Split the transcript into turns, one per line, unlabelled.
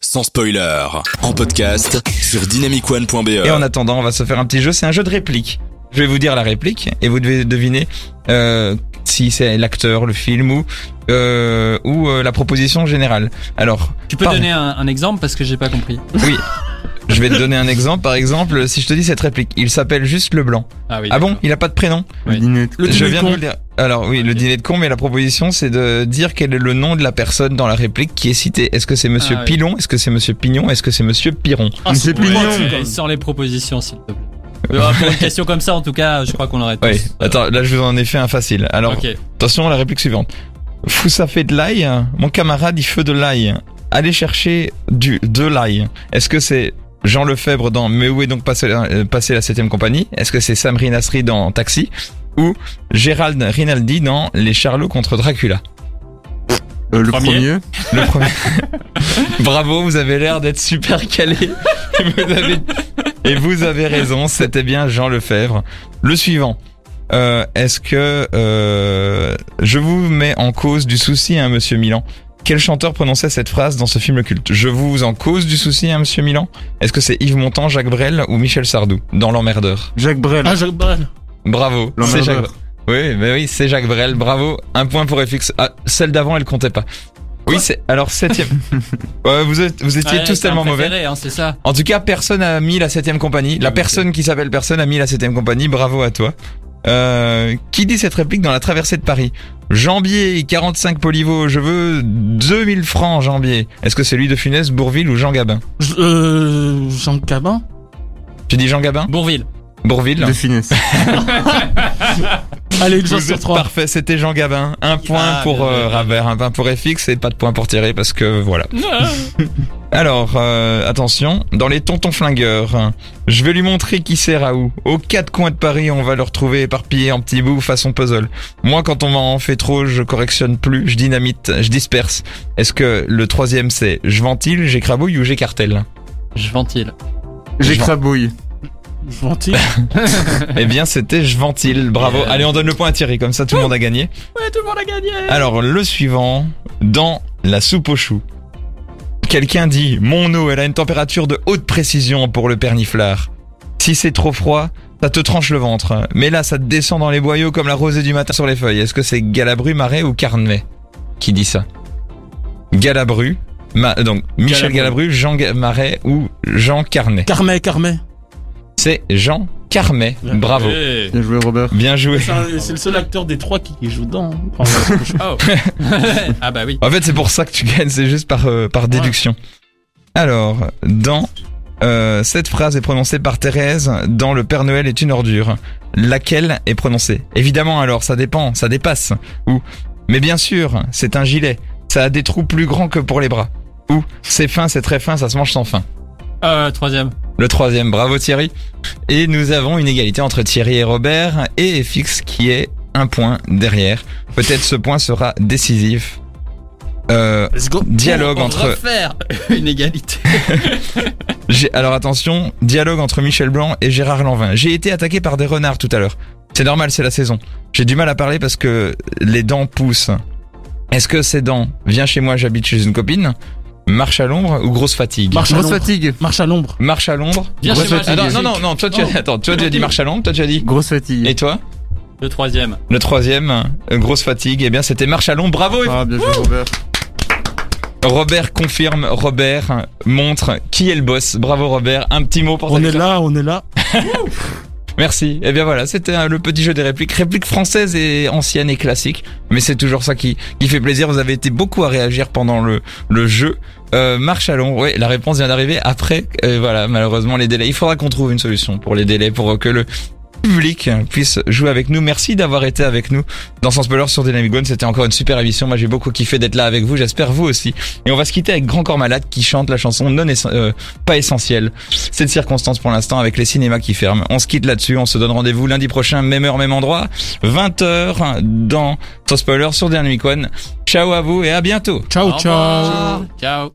sans spoiler, en podcast sur dynamicone.be.
Euh.
Et en attendant, on va se faire un petit jeu, c'est un jeu de réplique. Je vais vous dire la réplique et vous devez deviner euh, si c'est l'acteur, le film ou euh, ou euh, la proposition générale. Alors,
Tu peux
Pardon.
donner un, un exemple parce que j'ai pas compris.
oui, je vais te donner un exemple. Par exemple, si je te dis cette réplique, il s'appelle juste Leblanc.
Ah oui.
Ah bon,
d'accord.
il a pas de prénom.
Oui. Le
je
dîner
viens
con.
de vous le dire. Alors oui, le
Ok.
dîner de con, mais la proposition c'est de dire quel est le nom de la personne dans la réplique qui est citée. Est-ce que c'est Monsieur
Ah oui.
Pilon Est-ce que c'est Monsieur Pignon Est-ce que c'est Monsieur Piron
Ah,
Mais c'est
bon,
mignon.
ouais, ouais, Sans les propositions, s'il te plaît. Euh, Pour une question comme ça, en tout cas, je crois qu'on l'aurait tous.
Oui. Attends, là je vous en ai fait un facile. Alors
Ok.
attention à la réplique suivante. Fou ça fait de l'ail. hein. Mon camarade il feu de l'ail. Allez chercher du de l'ail. Est-ce que c'est Jean Lefebvre dans Mais où est donc passé, euh, passé la septième compagnie Est-ce que c'est Sam Rinasri dans Taxi ou Gérald Rinaldi dans Les Charlots contre Dracula
Euh, le
Premier.
premier.
Le premier. Bravo, vous avez l'air d'être super calé. Et vous avez, et vous avez raison, c'était bien Jean Lefebvre. Le suivant. Euh, Est-ce que euh, je vous mets en cause du souci, hein, Monsieur Milan Quel chanteur prononçait cette phrase dans ce film le culte Je vous en cause du souci, hein, Monsieur Milan Est-ce que c'est Yves Montand, Jacques Brel ou Michel Sardou dans L'emmerdeur
Jacques Brel.
je...
Bravo, c'est Jacques.
L'emmerdeur.
Oui, mais oui, c'est Jacques Brel. Bravo. Un point pour FX. Ah, celle d'avant, elle comptait pas. Oui, c'est alors septième. Ouais, vous, êtes- vous étiez tous tellement mauvais.
c'est ça.
En tout cas, personne n'a mis la septième compagnie. La
Ah, ok.
personne qui s'appelle personne a mis la septième compagnie. Bravo à toi. Euh, qui dit cette réplique dans la traversée de Paris Jambier, 45 Polivo, je veux 2000 francs, Jambier. Est-ce que c'est lui de Funès, Bourville ou Jean Gabin
Je- Euh, Jean Gabin
Tu dis Jean Gabin
Bourville.
Bourville
De finesse.
Allez, une chance
Vous
sur
êtes
trois.
Parfait, c'était Jean Gabin. Un point
Ah,
pour
bien, bien,
euh,
bien.
Rabert, un point pour FX et pas de point pour tirer parce que voilà. Alors, euh, attention, dans les tontons flingueurs, hein, je vais lui montrer qui c'est Raoult. Aux quatre coins de Paris, on va le retrouver éparpillé en petits bouts façon puzzle. Moi, quand on m'en fait trop, je correctionne plus, je dynamite, je disperse. Est-ce que le troisième c'est je ventile, j'écrabouille ou j'écartèle
Je ventile.
J'écrabouille.
Je ventile.
Eh bien, c'était je ventile. Bravo.
Yeah.
Allez, on donne le point à Thierry, comme ça tout le monde a gagné.
Ouais, tout le monde a gagné.
Alors le suivant, dans la soupe aux choux. Quelqu'un dit, mon eau, elle a une température de haute précision pour le perniflard. Si c'est trop froid, ça te tranche le ventre. Mais là, ça te descend dans les boyaux comme la rosée du matin sur les feuilles. Est-ce que c'est Galabru, Marais ou Carnvet qui dit ça Galabru, Ma- euh, donc Michel Galabru, Jean Ga- Marais ou Jean Carnet.
Carmet, Carmet.
C'est Jean Carmet.
Ouais.
Bravo.
Bien joué, Robert.
Bien joué.
C'est un- c'est le seul acteur des trois qui, qui joue dedans. hein. Enfin,
ah bah oui.
En fait, c'est pour ça que tu gagnes, c'est juste par, euh, par déduction. Alors, dans euh, cette phrase est prononcée par Thérèse dans Le Père Noël est une ordure. Laquelle est prononcée Évidemment, alors, ça dépend, ça dépasse. Ou, mais bien sûr, c'est un gilet. Ça a des trous plus grands que pour les bras. Ou, c'est fin, c'est très fin, ça se mange sans fin.
Euh, troisième.
Le troisième, bravo Thierry. Et nous avons une égalité entre Thierry et Robert et FX qui est un point derrière. Peut-être ce point sera décisif. Euh,
Let's go. Oh,
Dialogue
Pour
entre-
refaire une égalité. oh.
J'ai- Alors attention, dialogue entre Michel Blanc et Gérard Lanvin. J'ai été attaqué par des renards tout à l'heure. C'est normal, c'est la saison. J'ai du mal à parler parce que les dents poussent. Est-ce que c'est dans Viens chez moi, j'habite chez une copine Marche à l'ombre ou grosse fatigue
marche à
Grosse
l'ombre.
fatigue.
Marche à l'ombre.
Marche à l'ombre
Viens
Ouais,
chez moi.
ça,
j'ai
Attends,
dit-
non, non, non, toi tu, as-
Oh.
attends, toi, tu as dit marche à l'ombre, toi tu as dit.
Grosse fatigue.
Et toi
Le troisième.
Le troisième, euh, grosse fatigue, eh bien c'était marche à l'ombre, bravo
Ah, bien joué, Robert.
Robert confirme, Robert montre qui est le boss, bravo Robert, un petit mot pour ta
On est
victoire.
là, on est là.
Merci. Et bien voilà, c'était euh, le petit jeu des répliques. Répliques françaises et anciennes et classiques. Mais c'est toujours ça qui, qui fait plaisir. Vous avez été beaucoup à réagir pendant le, le jeu. Euh, marche à l'ombre. Ouais, la réponse vient d'arriver après. euh, voilà, malheureusement, les délais. Il faudra qu'on trouve une solution pour les délais pour que le public puisse jouer avec nous. Merci d'avoir été avec nous dans Sans Spoiler sur Dynamic One. C'était encore une super émission. Moi, j'ai beaucoup kiffé d'être là avec vous. J'espère vous aussi. Et on va se quitter avec Grand Corps Malade qui chante la chanson non essen- euh, pas essentielle. C'est de circonstance pour l'instant avec les cinémas qui ferment. On se quitte là-dessus. On se donne rendez-vous lundi prochain, même heure, même endroit, 20h dans Sans Spoiler sur Dynamic One. Ciao à vous et à bientôt.
Oh,
Ciao,
Au
ciao.
revoir. Ciao.